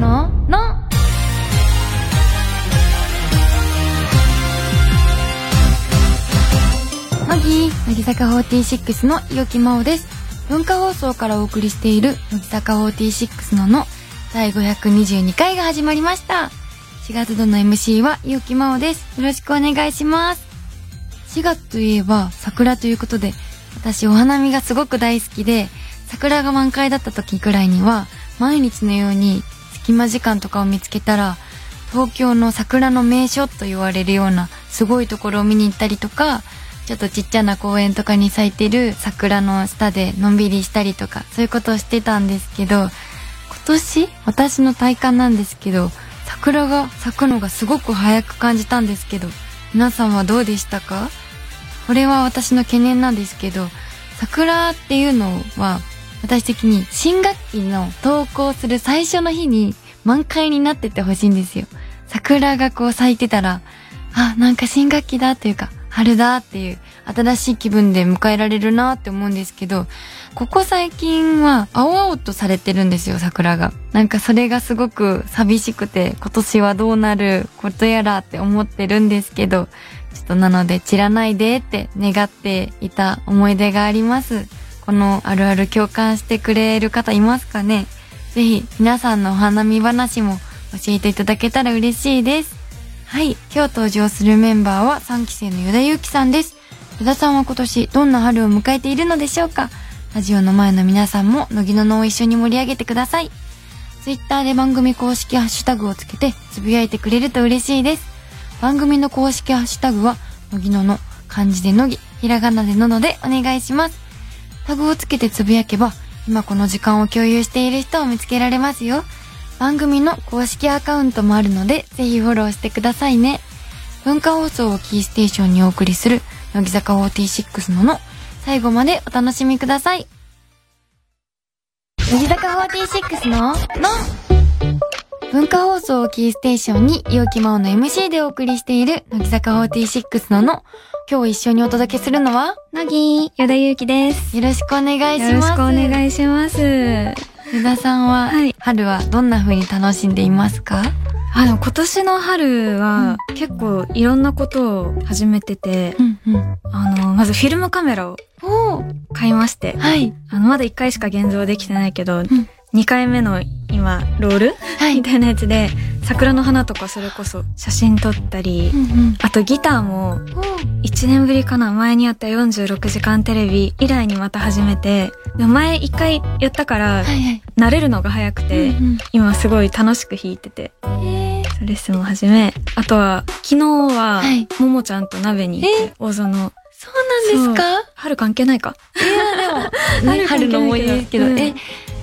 のの乃木乃木坂46の伊き真央です文化放送からお送りしている乃木坂46のの第522回が始まりました4月度の MC は伊き真央ですよろしくお願いします4月といえば桜ということで私お花見がすごく大好きで桜が満開だった時くらいには毎日のように隙間時間とかを見つけたら東京の桜の名所と言われるようなすごいところを見に行ったりとかちょっとちっちゃな公園とかに咲いてる桜の下でのんびりしたりとかそういうことをしてたんですけど今年私の体感なんですけど桜が咲くのがすごく早く感じたんですけど皆さんはどうでしたかこれは私の懸念なんですけど桜っていうのは私的に新学期の登校する最初の日に満開になっててほしいんですよ桜がこう咲いてたらあなんか新学期だというか春だっていう新しい気分で迎えられるなって思うんですけどここ最近は青々とされてるんですよ桜がなんかそれがすごく寂しくて今年はどうなることやらって思ってるんですけどちょっとなので散らないでって願っていた思い出がありますこのあるある共感してくれる方いますかねぜひ皆さんのお花見話も教えていただけたら嬉しいですはい今日登場するメンバーは3期生の依田祐希さんです依田さんは今年どんな春を迎えているのでしょうかラジオの前の皆さんも乃木ののを一緒に盛り上げてくださいツイッターで番組公式ハッシュタグをつけてつぶやいてくれると嬉しいです番組の公式ハッシュタグは乃木のの漢字で乃木ひらがなでののでお願いしますタグをつけてつぶやけば、今この時間を共有している人を見つけられますよ。番組の公式アカウントもあるので、ぜひフォローしてくださいね。文化放送をキーステーションにお送りする、乃木坂46のの、最後までお楽しみください。乃木坂46の、の、文化放送をキーステーションに、いおきまおの MC でお送りしている、乃木坂46のの、今日一緒にお届けするのは、なぎよだゆうきです。よろしくお願いします。よろしくお願いします。あ福田さんは、はい春はどんな風に楽しんでいますかの、今年の春は、結構いろんなことを始めてて、うんうん。あの、まずフィルムカメラをおー買いまして、はい。あの、まだ1回しか現像できてないけど、ん2回目の今、ロールはみい。たいなやつで、桜の花とかそれこそ写真撮ったりう、んうん。あとギターもおー1年ぶりかな前にやった46時間テレビ以来にまた始めて、でも前1回やったからはいはい。慣れるのが早くて、うん今すごい楽しく弾いててうんえーレッスンを始めあとは昨日は、はいももちゃんと鍋に行って大園のそうなんですか春関係ないかね春春の思い出ですけど、うんえ、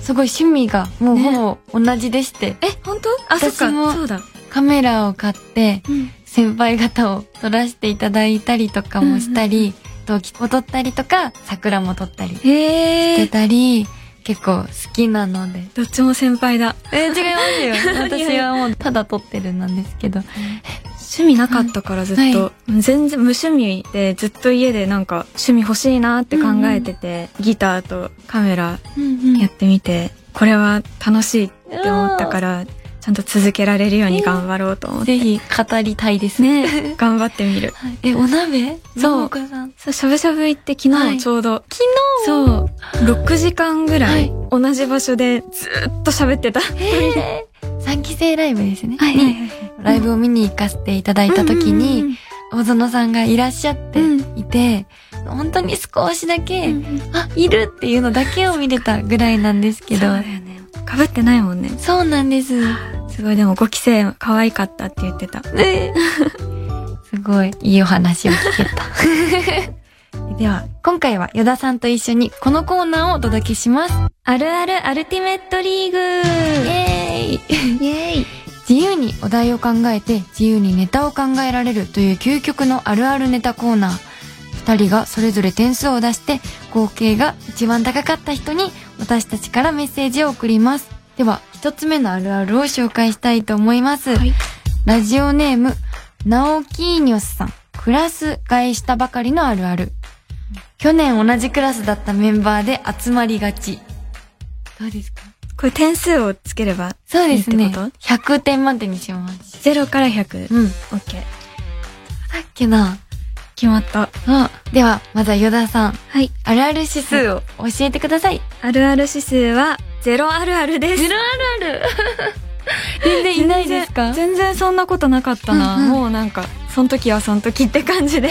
すごい趣味がもうねほぼ同じでして、え本当あそっ私もかそうだ、カメラを買ってうん先輩方を撮らせていただいたりとかもしたり、同期を撮ったりとか、桜も撮ったりしえてー、たり、結構好きなので。どっちも先輩だえー、違 いますよ。いやい私やはもうただ撮ってるなんですけど。趣味なかったからずっと、は全然無趣味でずっと家でなんか趣味欲しいなって考えてて、ギターとカメラうんやってみて、これは楽しいって思ったからちゃんと続けられるように頑張ろうと思って、ぜひ語りたいですね。 ね頑張ってみるはいえ、お鍋そう桃子さん。そう、しゃぶしゃぶ行って昨はい日ちょうど、昨日そう、6時間ぐらいは同じ場所でずーっと喋ってた。はえー、3期生ライブですね。いはにライブを見に行かせていただいた時に、、大園さんがいらっしゃってうんいて、本当に少しだけ、うんうんうんあ、いるっていうのだけを見れたぐらいなんですけそど。うだよね。かぶってないもんね。そうなんです。すごい、でも5期生可愛かったって言ってた。ねすごい、いいお話を聞けた。 では、今回は依田さんと一緒にこのコーナーをお届けします。あるあるアルティメットリーグイエーイイエーイ自由にお題を考えて自由にネタを考えられるという究極のあるあるネタコーナー。二人がそれぞれ点数を出して合計が一番高かった人に私たちからメッセージを送ります。では、一つ目のあるあるを紹介したいと思います。はいラジオネーム、ナオキーニョスさん。クラス替えしたばかりのあるある。去年同じクラスだったメンバーで集まりがち。どうですかこれ点数をつければそういでいっすてね。こと100点満点にします。 ?0 から100。うん。だ OK。っけな。決まった。あ、では、まずはヨダさん、はい。あるある指数を教えてください。あるある指数は0あるあるです。あるある 全然いないですか全然そんなことなかったな。うんうんもうなんか、その時はその時って感じで。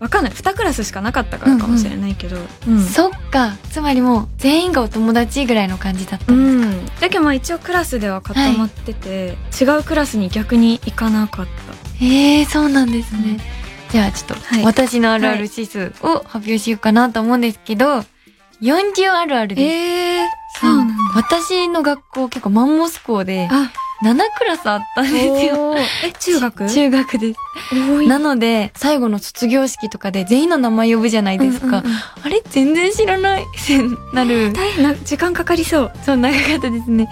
わかんない。2クラスしかなかったからかもしれないけど。うんそっか。つまりもう、全員がお友達ぐらいの感じだったうんです。ん、だけどまあ一応クラスでは固まってて、違うクラスに逆に行かなかっええそうなんですね。うんじゃあちょっと、はい私のあるある指数を発表しようかなと思うんですけど、40あるあるでた。す。えー、そうなんだ。私の学校結構マンモス校で、あ、 7クラスあったんですよ。おーえ、中学中学です。多いなので、最後の卒業式とかで全員の名前呼ぶじゃないですか。うんうんうんあれ全然知ら ないってなる。大変な、時間かかりそう。そう、長かったですね。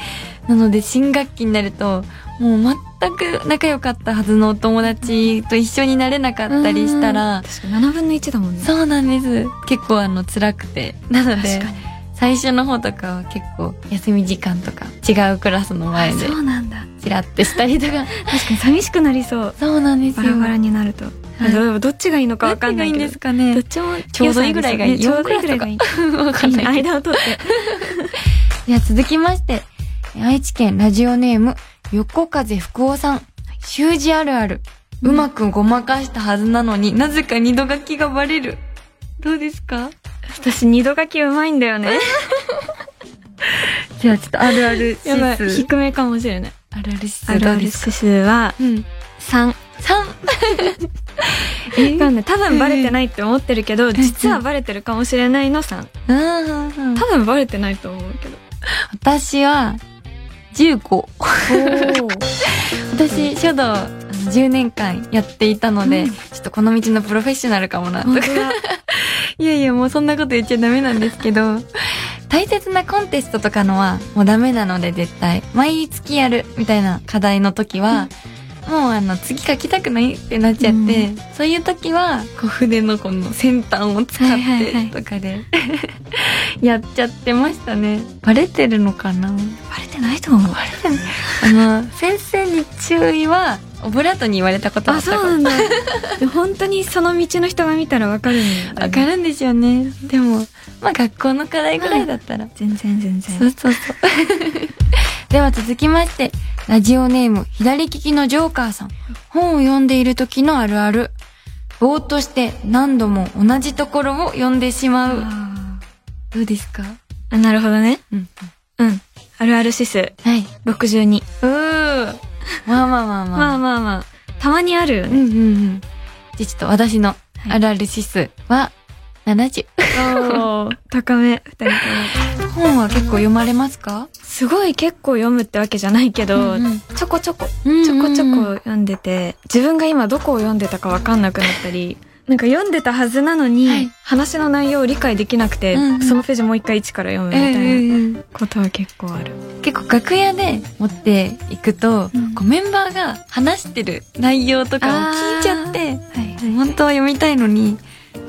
なので、新学期になると、もう全く仲良かったはずのお友達と一緒になれなかったりしたうらん、確かに7分の1だもんね。そうなんです。結構あの、辛くて。なの確でか、に。最初の方とかは結構、休み時間とか、違うクラスの前あでそ、うなんだ。チラってしたりとか。確かに寂しくなりそう。 そうなんですバよ。ラバラになると。あでもどっちがいいのかわかんないけど。どっちがいいんですかどっね。ちもちょうどいいぐらいがいいねちょうどいいぐらいがいい。わかんないけど。 間を取って。では続きまして、愛知県ラジオネーム、横風福夫さん。習字あるある。うんうまくごまかしたはずなのになぜか二度書きがバレる。どうですか私二度書きうまいんだよね。じゃあちょっとあるある やばい。低めかもしれない。あるある指あ数るどあうるで指すか数はうん。 3。 三。わかんない多分バレてないって思ってるけど、実はバレてるかもしれないの3。うんうんうん多分バレてないと思うけど。私は、15。私、書道、あの10年間やっていたので、うんちょっとこの道のプロフェッショナルかもな、と本か当だ。いやいや、もうそんなこと言っちゃダメなんですけど、大切なコンテストとかのはもうダメなので絶対、毎月やるみたいな課題の時は、もうあの、次書きたくないってなっちゃって、うんそういう時は、こう筆のこの先端を使っはいはいはいてとかで、 やっちゃってましたね。バレてるのかなバレてないと思う。あの、先生に注意は、オブラートに言われたことはああ、ったそかもうなんだ。で本当にその道の人が見たらわかるんだ。わか。るんですよね。でも、まあ学校の課題ぐらいだったら、全然全そう然。そうそう。 では続きまして、ラジオネーム、左利きのジョーカーさん。本を読んでいる時のあるある。ぼーっとして何度も同じところを読んでしまう。あどうですかー、あなるほどね。うん。うん。あるある指数はい。う62。ー。まあまあまあまあ。まあまあまあ。たまにあるようんね。うんうん。じゃあちょっと私のはいあるある指数は70。おー高め、二人とも。本は結構読まれますかすごい結構読むってわけじゃないけど、うんうんちょこちょこ、ちょちょこちょこ読んでて、自分が今どこを読んでたかわかんなくなったり、なんか読んでたはずなのに、はい話の内容を理解できなくて、うんうんそのページもう一回一から読むみたいなことは結構ある。結構楽屋で持っていくと、うんこうメンバーが話してる内容とかを聞いちゃってはい本当は読みたいのに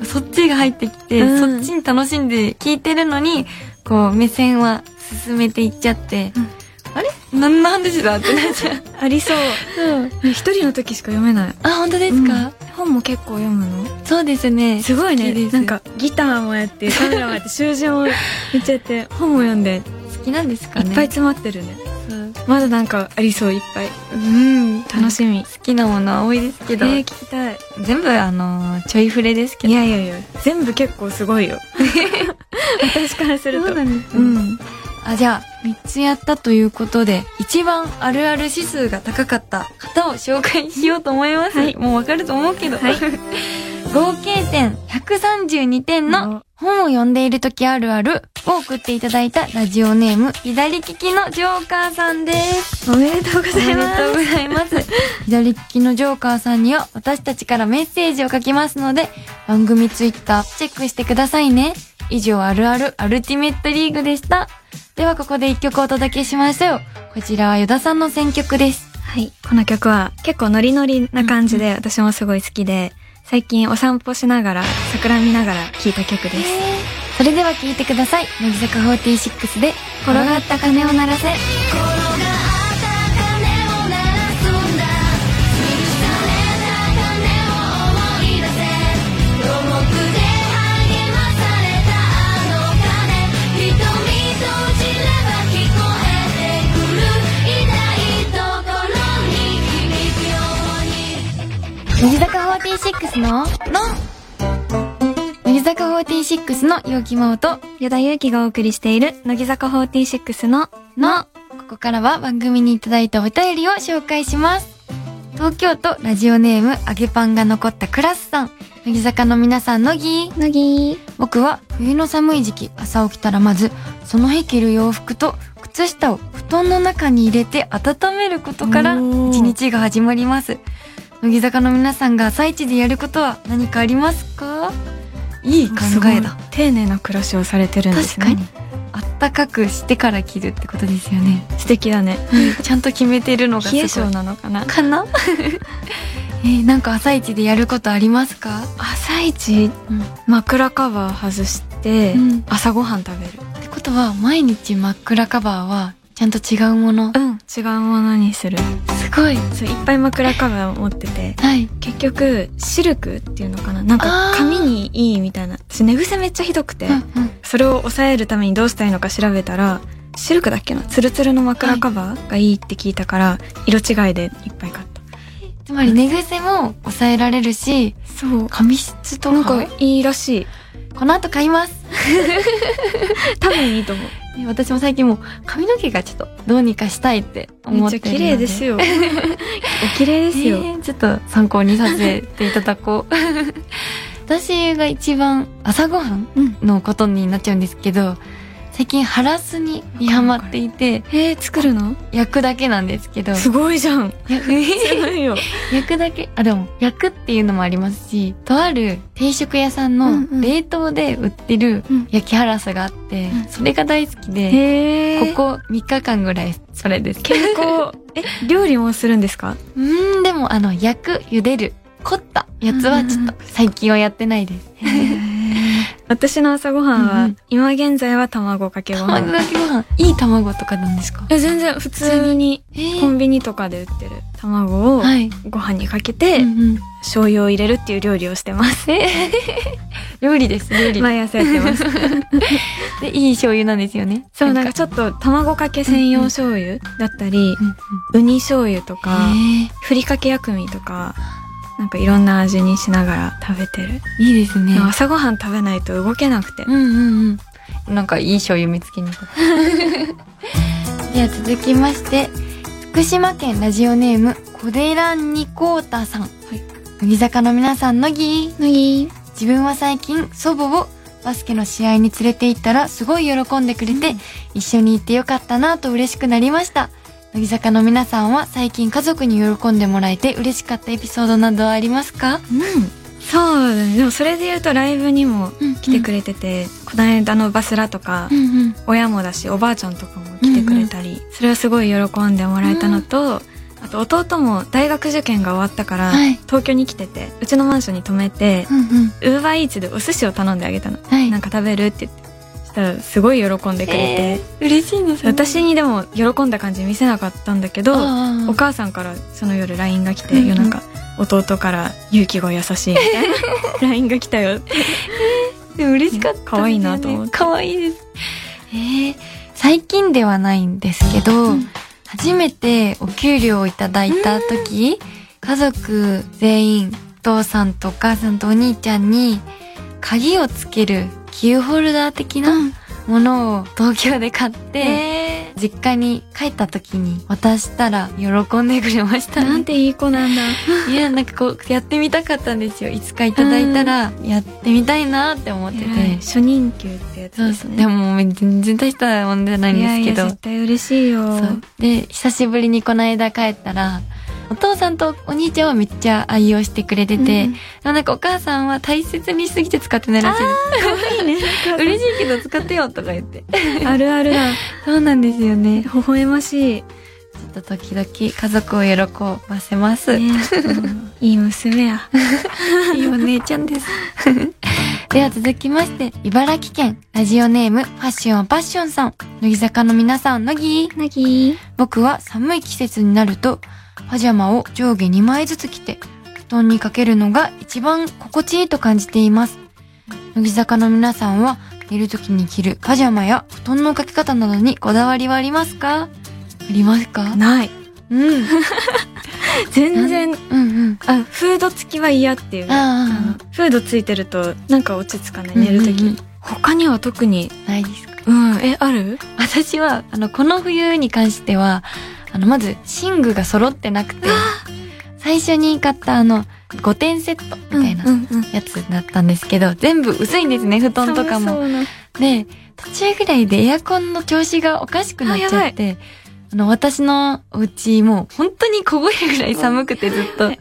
そっちが入ってきて、うんそっちに楽しんで聞いてるのにこう目線は進めていっちゃって、うんあれ何の話だってなっちゃうありそう。一人の時しか読めない。あ本当ですか、本も結構読むのそうですねすご好いきね。ですなんかギターもやって、カメラもやって、習字も見ちゃって、本も読 んで、いっ好きなんですぱかいね詰まってるね。そうまだなんかありそう、いっぱい。うん楽しみ。好きなものは多いですけど、えー、聞きたい。全部あのちょい触れですけいどやいやいや、全部結構すごいよ。私からすると。そうなんですうねん。あ、じゃあ、3つやったということで、一番あるある指数が高かった方を紹介しようと思います。はいもうわかると思うけど。はい 合計点132点の本を読んでいる時あるあるを送っていただいたラジオネーム、左利きのジョーカーさんです。おめでとうごおざめでいます。とうございます。 左利きのジョーカーさんには私たちからメッセージを書きますので、番組ツイッターチェックしてくださいね。以上、あるあるアルティメットリーグでした。ではここで一曲お届けしましょう。こちらはヨダさんの選曲です。はい。この曲は結構ノリノリな感じで私もすごい好きで、最近お散歩しながら、桜見ながら聴いた曲です。それでは聴いてください乃木坂46で「転がった鐘を鳴らせ」乃木坂46のの乃木坂46の陽気真央と与田祐希がお送りしている、乃木坂46の、のここからは番組にいただいたお便りを紹介します東京都ラジオネーム揚げパンが残ったクラスさん乃木坂の皆さん乃木乃木僕は冬の寒い時期朝起きたらまずその日着る洋服と靴下を布団の中に入れて温めることからおー一日が始まります乃木坂の皆さんが朝一でやることは何かありますかいい考えだ。丁寧な暮らしをされてるんですね。確あったかくしてから着るってことですよねに。素敵だね。ちゃんと決めてるのがすご冷えい性なのかなかな えーなんか朝一でやることありますか朝一、うん枕カバー外して、うん朝ごはん食べる。ってことは毎日真っ暗カバーはちゃんと違うものうん。違うものにする。すごいそう、いっぱい枕カバーを持ってて。はい結局、シルクっていうのかななんあーか髪にいいみたいな。私寝癖めっちゃひどくて。うんうんそれを抑えるためにどうしたらいいのか調べたらシルクだっけなツルツルの枕カバーがいいって聞いたから、色違いでいっぱい買ったつまり寝癖も抑えられるしそう髪質となんかかいいらしいこの後買います多分いいと思うね私も最近もう髪の毛がちょっとどうにかしたいって め思っっちてゃるので綺麗ですよ お綺麗ですよ、えーちょっと参考にさせていただこう 私が一番朝ごはんうんのことになっちゃうんですけど最近ハラスにハマっていてえー作るの焼くだけなんですけどすごいじ ゃんすご焼いよく だけあでも焼くっていうのもありますしとある定食屋さんうのんうん冷凍で売ってるうん焼きハラスがあって、うんそれが大好きで、へーここ3日間ぐらいそれです健 康え料理もするんですかうーんでもあの焼く茹でる凝ったやつはちょっと最近はやってないです 私の朝ごはんは、うんうん今現在は卵かけご卵飯かけご飯いい卵とかなんですかえ全然普通にえコンビニとかで売ってる卵をはい、ご飯にかけてうんうん醤油を入れるっていう料理をしてます。 料理です料理、毎朝やって ます。でいい醤油なんですよねそうなんかちょっと卵かけ専用醤油だったり、うんうんウニ醤油とか、へふりかけ薬味とか、なんかいろんな味にしながら食べてる。えいいですね朝ごはん食べないと動けなくて。うんうんうんなんかいい醤油見つけに行こう では続きまして福島県ラジオネーム小寺にこうたさん、乃木坂の皆さん乃木のぎ自分は最近祖母をバスケの試合に連れて行ったらすごい喜んでくれて、一緒に行ってよかったなと嬉しくなりました乃木坂の皆さんは最近家族に喜んでもらえて嬉しかったエピソードなどはありますかうん。そうだね。でもそれで言うとライブにも来てくれてて、こないだのバスラとか、うんうん親もだしおばあちゃんとかも来てくれたり、それはすごい喜んでもらえたのと、あと弟も大学受験が終わったから、はい東京に来ててうちのマンションに泊めてうんうんウーバーイーツでお寿司を頼んであげたの、はいなんか食べるって言ってそしたらすごい喜んでくれて、嬉しいです私にでも喜んだ感じ見せなかったんだけど、おお母さんからその夜 LINE が来うて、んうん夜中弟から「勇気が優しい」み たいな LINE が来たよってでも嬉しかったですよね可愛いなと思って可愛いですえー、最近ではないんですけど、うん初めてお給料をいただいた時、家族全員お父さんとお母さんとお兄ちゃんに鍵をつけるキーホルダー的なものを東京で買って、え実家に帰った時に渡したら喜んでくれましたね、なんていい子なんだいや、なんかこう、やってみたかったんですよ。いつかいただいたら、やってみたいなって思ってて。偉い初任給ってやつそうでですすねね。でも、全然大したもんじゃないんですけど。いやいや絶対嬉しいよそう。で、久しぶりにこの間帰ったら、お父さんとお兄ちゃんはめっちゃ愛用してくれてて、 うんでもなんかお母さんは大切にしすぎて使ってないらしいいいでねす。嬉しいけど使ってよとか言って。あるあるだそうなんですよね。微笑ましい、ちょっと時々家族を喜ばせます。ねいい娘やいいお姉ちゃんです。 では続きまして、茨城県、ラジオネーム、ファッションはパッションさん。乃木坂の皆さん、乃木なぎ僕は寒い季節になると、パジャマを上下2枚ずつ着て、布団にかけるのが一番心地いいと感じています。乃木坂の皆さんは、寝る時に着るパジャマや布団のかけ方などにこだわりはありますかありますかないうん。うん全然うん。あフード付きは嫌っていうああのフードついてるとなんか落ち着かないうんうん寝うんるとき、他には特にあ、ないですか。うんえある私は、あの、この冬に関しては、あの、まず、寝具が揃ってなくて、最初に買ったあの、5点セットみたいなうんうんうんやつだったんですけど、全部薄いんですね、布団とかも。寒そうなで、途中ぐらいでエアコンの調子がおかしくなっちゃって、あの、私のお家もう本当に凍えるぐらい寒くてずっと、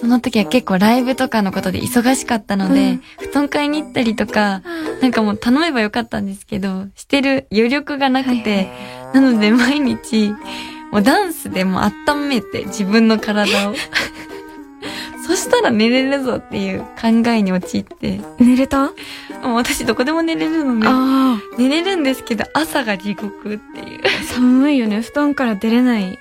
その時は結構ライブとかのことで忙しかったので、布団買いに行ったりとか、 なんかもう頼めばよかったんですけど、してる余力がなくて、なので毎日、もうダンスでも温めて自分の 体を。そしたら寝れるぞっていう考えに陥って、寝れたあもう私どこでも寝れるので、あ寝れるんですけど朝が地獄っていう。寒いよね布団から出れない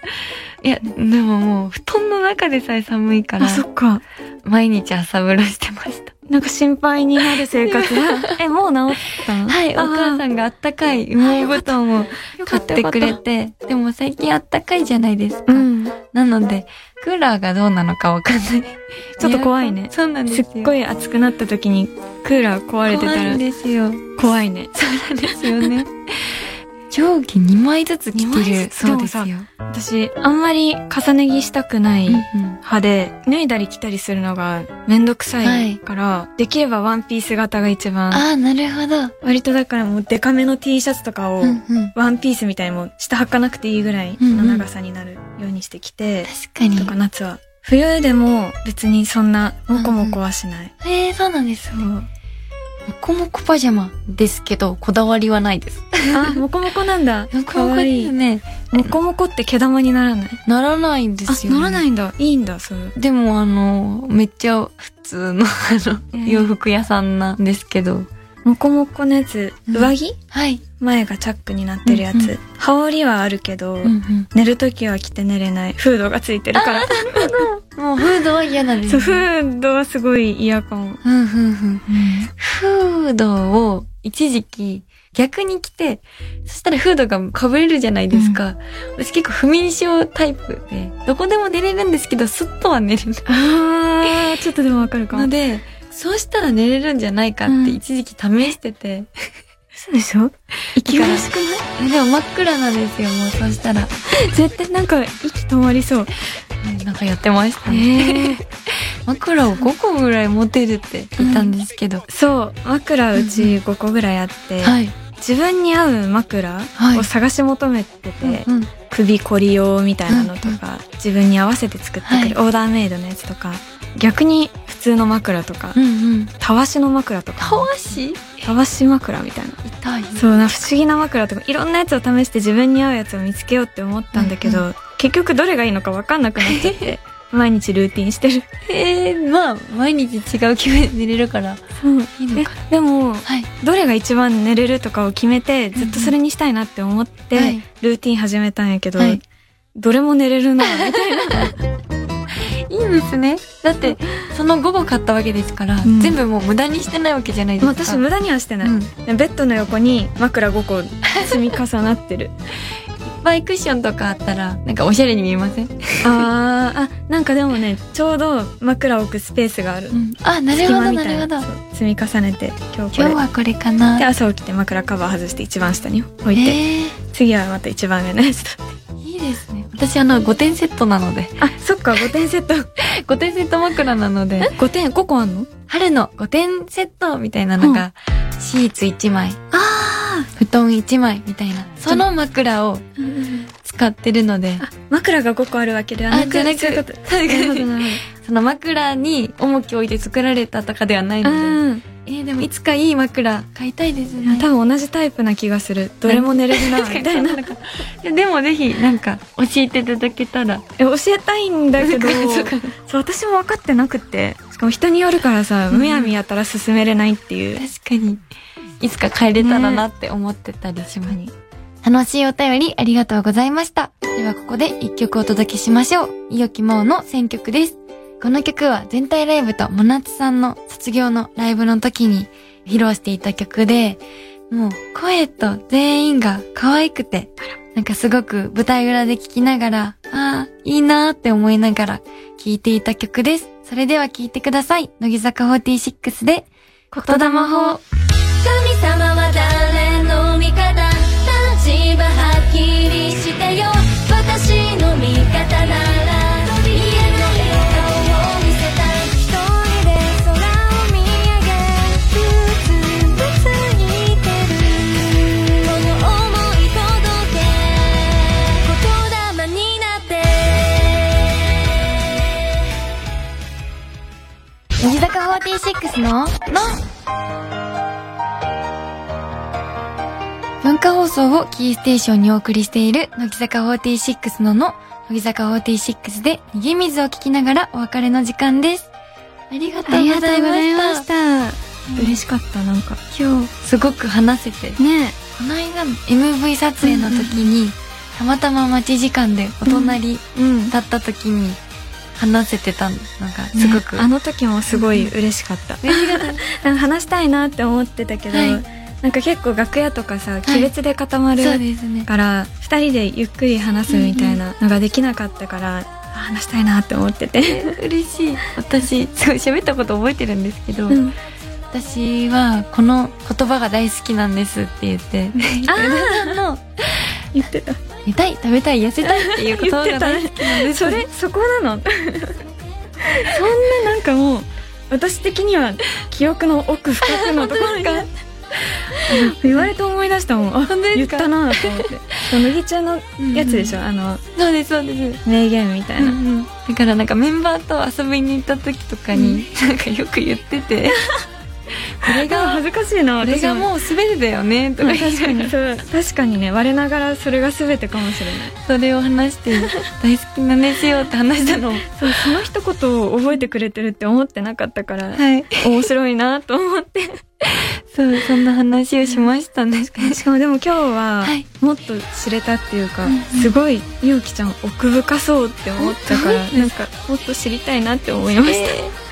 いや、でももう布団の中でさえ寒いからあ、そっか毎日朝風呂してました。なんか心配になる生活 えもう治ったはい、お母さんんがあったかい羽毛布団を買ってくれて、でも最近あったかいじゃないですか。うんなので、クーラーがどうなのかわかんない。 ちょっと怖いねそうなんですすよ。っごいい暑くなった時にクーラー壊れて怖たいんらですよ。怖いねそうなんですよね。上下2枚ずつ着二て枚ずる。つそうですよ。で私あんまり重ね着したくない、うんうん派で、脱いだり着たりするのがめんどくさいから、できればワンピース型が一番。ああ、なるほど。割とだからもうデカめの T シャツとかを、うんうん。ワンピースみたいにもう下履かなくていいぐらいの長さになるようにしてきて、確かとにか。夏は。冬でも別にそんなもこもこはしない。ええー、そうなんですね。そう。もこもこパジャマですけど、こだわりはないです。あ、もこもこなんだ。かわいい。ね。もこもこって毛玉にならない。ならないんであす、よ、。ならないいんだ。いいんだ、それ。でもあの、めっちゃ普通のあの、洋服屋さんなんですけど。もこもこのやつ、うん上着はい。前がチャックになってるやつ。うんうん羽織はあるけど、うん寝るときは着て寝れない。フードがついてるから。うん。もうフードは嫌なんですそう、ね。フードはすごい嫌かも。うんうんうん。フードを一時期逆に着て、そしたらフードが被れるじゃないですか。私結構不眠症タイプで、どこでも寝れるんですけど、すっとは寝れない。あー、ちょっとでもわかるかのも。で、そうしたら寝れるんじゃないかって一時期試してて。そうでしょ息苦だからしくなえでも真っ暗なんですよ、もうそうしたら。い絶対なんか息止まりそう。なんかやってましたね。えー、枕を5個ぐらい持てるって言ったんですけど。そう、枕うち5個ぐらいあって、はい。自分に合う枕はいを探し求めてて、うん首こり用みたいなのとか、自分に合わせて作ってくれる、オーダーメイドのやつとか、逆に普通の枕とかう、ん。たわしの枕とたか、わしたわし枕みたいな。痛い。そうな不思議な枕とかいろんなやつを試して自分に合うやつを見つけようって思ったんだけど、う結局どれがいいのか分かんなくなっちゃって 毎日ルーティンしてるえー、まあ、毎日違う気分で寝れるから、うんいいのえかな。でもはい。どれが一番寝れるとかを決めてずっとそれにしたいなって思って、うんうんはいルーティン始めたんやけど、はいどれも寝れるな みたいないいんですね。だって、その午後買ったわけですから、ん全部もう無駄にしてないわけじゃないでもうすか。私無駄にはしてない、うんベッドの横に枕5個積み重なってるバイクッションとかあったら、なんかおしゃれに見えません あーあなんかでもねちょうど枕を置くスペースがある、あ、なる隙ほ間ど、みなたるほどいな。そう積み重ねて今日こ今れ日はこれかな。で朝起きて枕カバー外して一番下に置いて、え次はまた一番上のやつだー、いいですね。私あの、5点セットなの で。あそっか5点セット5点セット枕なので、 5点5個あんの春の5点セットみたいなのが、シーツ1枚、あ布団1枚みたいな、その枕をー、使ってるので、あ枕が5個あるわけではなくあじゃなくそういうこと そういうことなるその枕に重きを置いて作られたとかではないほどので、うんえー、でもいつかいい枕買いたいですね。多分同じタイプな気がするどれも寝れる なみたいな確かにそうなのかでもぜひ、なんか、教えていただけたら。え教えたいんだけどそうかそう私も分かってなくてかも人によるからさ、むやみやたら進めれないっていう。確かに。いつか帰れたらなって思ってたりします。に。楽しいお便りありがとうございました。ではここで一曲お届けしましょう。いよきまおの選曲です。この曲は全体ライブともなつさんの卒業のライブの時に披露していた曲で、もう声と全員が可愛くて、なんかすごく舞台裏で聴きながら、ああ、いいなーって思いながら聴いていた曲です。それでは聴いてください。乃木坂46で、言霊法。神様は誰の味方立場はっきりしてよ私の味方なら見えない顔を見せたい一人で空を見上げうつうつにいてるこの想い届け言霊になって乃木坂46の、の文化放送をキーステーションにお送りしている、乃木坂46のの、乃木坂46で逃げ水を聞きながらお別れの時間です。ありがとうございました。た。嬉しかった、なんか。今すごく話せて。日。ねこの間の MV 撮影の時に、たまたま待ち時間でお隣うん。だった時に話せてたのがすごく、ねあの時もすごい嬉しかった。嬉しかったです なんか話したいなって思ってたけど、はいなんか結構楽屋とかさ、亀裂で固まるそうですね。から、二人でゆっくり話すみたいなのができなかったから、あ話したいなって思ってて。嬉しい私すごい喋ったこと覚えてるんですけど、うん。私はこの言葉が大好きなんですって言ってあ あの 言ってた。寝たい食べたい痩せたいっていう 言葉が大好きなんですそれそこなの そんななんかもう私的には記憶の奥深くのところが 言われて思い出したもんあ当で言すかったなと思って麦茶のやつでしょ、あのそうですそうです、名言みたいな、だからなんかメンバーと遊びに行った時とかに、なんかよく言って てこれがが恥ずかしいなこれがうもう全てだよねとか言い確かながにらそう確かにね我ながらそれが全てかもしれないそれを話して大好きなんですよって話したのをそうその一言を覚えてくれてるって思ってなかったから、はい面白いなと思ってそうそんな話をしましたねしかもでも今日ははいもっと知れたっていうか、うんうんすごいゆうきちゃん奥深そうって思ったから本当なんかもっと知りたいなって思いまし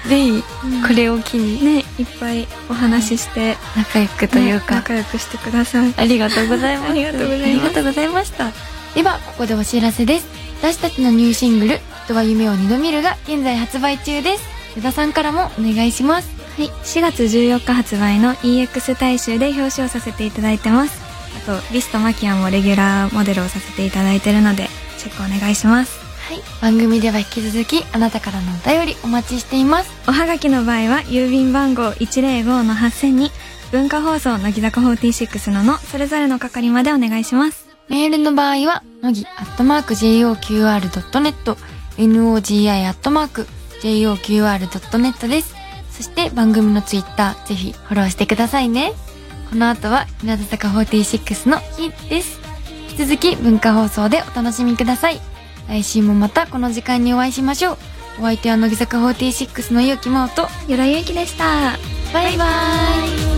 た、ぜひうんこれを機にねいっぱいお話しして、仲良くというか、ね仲良くしてくださいありがとうございます。ありがとうございますありがとうございました。では、ここでお知らせです。私たちのニューシングル、人は夢を二度見るが、現在発売中です。矢田さんからもお願いします。はい、4月14日発売の EX 大集で表彰させていただいてますあとリストマキアもレギュラーモデルをさせていただいてるのでチェックお願いしますはい。番組では引き続き、あなたからのお便りお待ちしています。おはがきの場合は郵便番号105の8000に文化放送乃木坂46ののそれぞれの係までお願いしますメールの場合は、のぎ、アットマーク、joqr.net、nogi、アットマーク、joqr.net です。そして番組のツイッター、ぜひフォローしてくださいね。この後は、日向坂46の日です。引き続き、文化放送でお楽しみください。来週もまたこの時間にお会いしましょう。お相手は乃木坂46のゆうきまおと、よろゆうきでしたバイバイ